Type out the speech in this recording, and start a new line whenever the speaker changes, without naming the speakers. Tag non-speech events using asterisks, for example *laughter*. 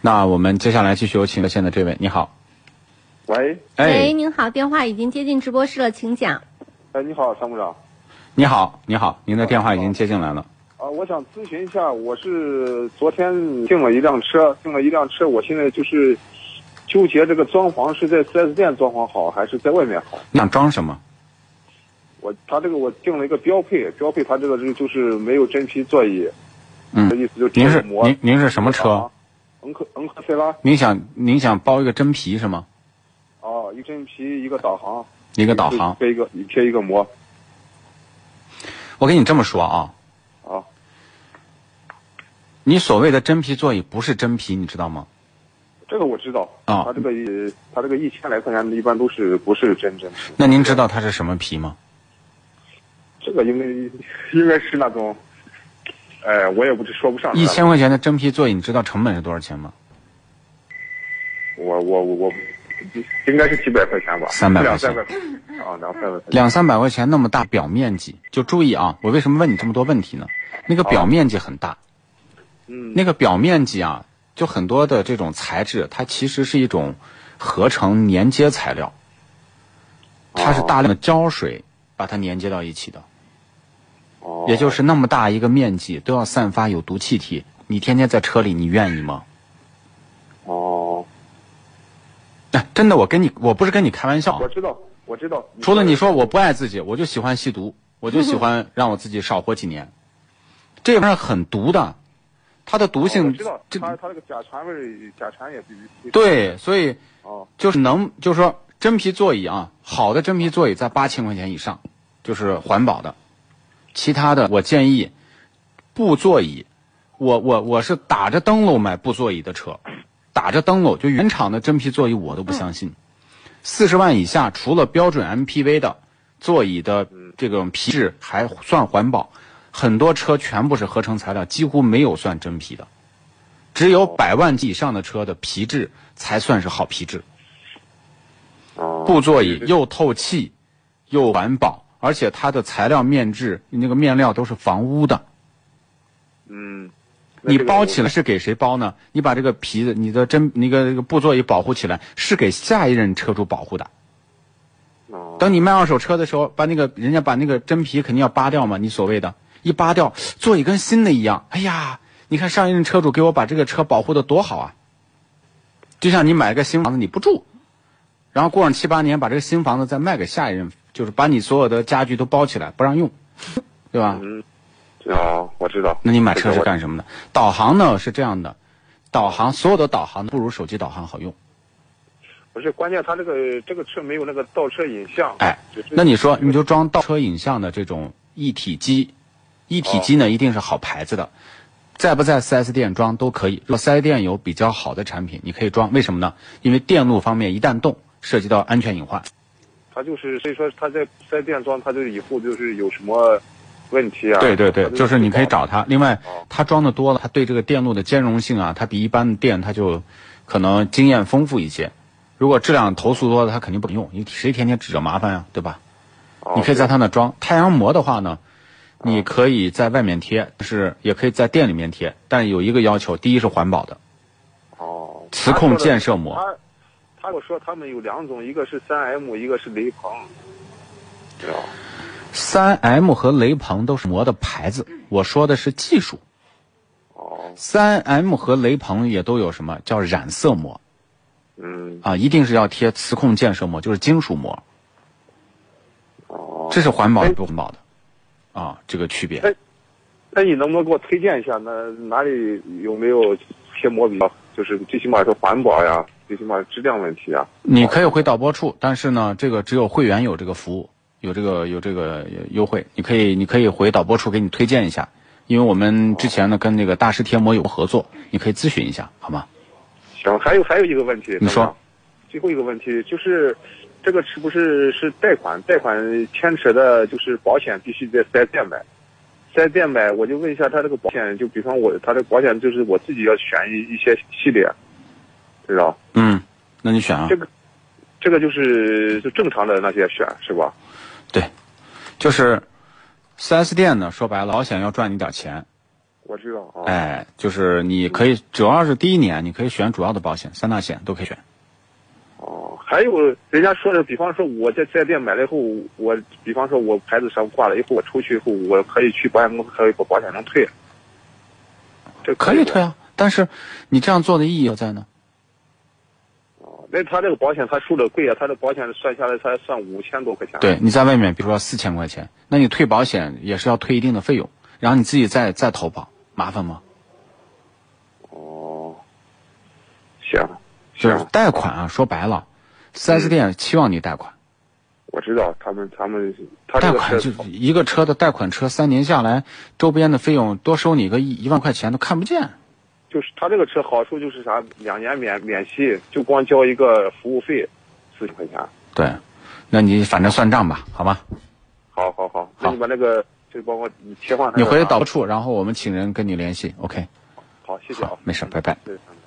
那我们接下来继续有请热线的这位，你好，
喂，
哎
喂，，您好，电话已经接进直播室了，请讲。
哎，你好，常部长。
你好，你好，您的电话已经接进来了。
啊，我想咨询一下，我是昨天订了一辆车，订了一辆车，我现在就是纠结这个装潢是在 4S 店装潢好，还是在外面好。
你想装什么？
我他这个我订了一个标配，标配它这个就是没有真皮座椅，
嗯
这意思就是
您是
贴膜
您您是什么车？？
昂克昂克赛拉
您想您想包一个真皮是吗？
哦，一真皮一个导航，
一
一
个导航。
贴一个贴一个膜
我跟你这么说啊，
啊，
你所谓的真皮座椅不是真皮，你知道吗？
这个我知道
啊
它这个一它这个一千来块钱的一般都是不是真真皮。
那您知道它是什么皮吗？
这个应该应该是那种，哎，我也不知说不上来。
一千块钱的真皮座椅，你知道成本是多少钱吗？
我，我我我，应该是几百块钱吧，
300
两
块
三
钱
百块钱啊，两三百块钱。
两三百块钱那么大表面积，就注意啊！我为什么问你这么多问题呢？那个表面积很大，
嗯，
那个表面积啊，就很多的这种材质，它其实是一种合成粘接材料，它是大量的胶水把它粘接到一起的，
哦，
也就是那么大一个面积都要散发有毒气体，你天天在车里，你愿意吗？ *laughs*
哦，
哎，真的，我跟你，我不是跟你开玩笑啊
我，知道，我知道。
除了你说我不爱自己，我就喜欢吸毒，我就喜欢让我自己少活几年，这玩意儿很毒的，它的毒
不哦我
性
知道，
这
它它这个甲醛味儿，甲醛也比比
对，所以
哦
就是能，就是说真皮座椅啊，好的真皮座椅在八千块钱以上，就是环保的。其他的我建议布座椅，我我我是打着灯笼买布座椅的车，打着灯笼就原厂的真皮座椅我都不相信。四十万以下，除了标准 MPV 的座椅的这种皮质还算环保，很多车全部是合成材料，几乎没有算真皮的。只有百万级以上的车的皮质才算是好皮质。
哦
布座椅
对对
又透气，又环保，而且它的材料面质那个面料都是防污的。
嗯，那
你
这个
包起来是给谁包呢？你把这个皮的、你的真、那个那个布座椅保护起来，是给下一任车主保护的。
哦
等你卖二手车的时候，把那个人家把那个真皮肯定要扒掉嘛，你所谓的，一扒掉，座椅跟新的一样。哎呀，你看上一任车主给我把这个车保护的多好啊！就像你买个新房子你不住，然后过上七八年把这个新房子再卖给下一任，就是把你所有的家具都包起来不让用，对吧？
哦，我知道。
那你买车是
这个
干什么的？导航呢是这样的，导航所有的导航不如手机导航好用。
我？不是，关键它这个这个车没有那个倒车影像。
哎
只是，
那你说你就装倒车影像的这种一体机，一体机呢一定是好牌子的，在不在 4S 店装都可以。如果 4S 店有比较好的产品，你可以装。为什么呢？因为电路方面一旦动，涉及到安全隐患。
他就是，所以说他在在店装，他就以后就是有什么问题啊？
对对对，
它
就是你可以找他。另外
哦，
他装的多了，他对这个电路的兼容性啊，他比一般的店他就可能经验丰富一些。如果质量投诉多了，他肯定不用，你谁天天指着麻烦啊呀、对吧？
哦，
你可以在它那装太阳膜的话呢，你可以在外面贴，但是也可以在店里面贴，但是有一个要求，第一是环保的，
哦，
磁控建设膜
他说的。他他跟我说他们有两种，一个是三 M，一个是雷朋。知道吧
三 M 和雷朋都是膜的牌子，我说的是技术。
哦，
三 M 和雷朋也都有什么叫染色膜
嗯，
啊，一定是要贴磁控建设膜，就是金属膜，
哦，
这是环保与不环保的啊，这个区别。
那你能不能给我推荐一下呢？哪里有没有贴膜比较，就是最起码是环保呀，最起码质量问题啊？
你可以回导播处，但是呢，这个只有会员有这个服务，有这个有这个优惠。你可以你可以回导播处给你推荐一下，因为我们之前呢跟那个大师贴膜有过合作，你可以咨询一下，好吗？
行，还有还有一个问题，
你说
等等，最后一个问题就是，这个是不是是贷款？贷款牵扯的就是保险必须在四 S 店买，四 S 店买，我就问一下他这个保险，就比方我他这个保险就是我自己要选一一些系列，知道？
嗯，那你选啊
这，个这个就是就正常的那些选是吧？
对，就是4 S 店呢，说白了，保险要赚你点钱，
我知道啊。
哎，就是你可以，主要是第一年你可以选主要的保险，三大险都可以选。
哦，还有人家说的，比方说我在在店买了以后，我比方说我牌子上挂了以后，我出去以后，我可以去保险公司，可以把保险能退。这
可以
以
退啊，但是你这样做的意义何在呢？
哦，那他这个保险他收的贵啊，他这保险算下来才算五千多块钱。啊
对，你在外面，比如说四千块钱，那你退保险也是要退一定的费用，然后你自己再再投保，麻烦吗？
哦，行，
就是
行，
贷款啊，说白了，4S 店期望你贷款，
我知道他们他们他
贷
这
款
个
就是一个车的贷款车，三年下来，周边的费用多收你个一一万块钱都看不见。
就是他这个车好处就是啥，两年免免息，就光交一个服务费，四千块钱。啊
对，那你反正算账吧，好吧？
好好好，那你把那个就包括你切换它
你
那
回
个啊
导播处，然后我们请人跟你联系。OK，
好，谢谢啊
好，，没事，拜拜。
对。嗯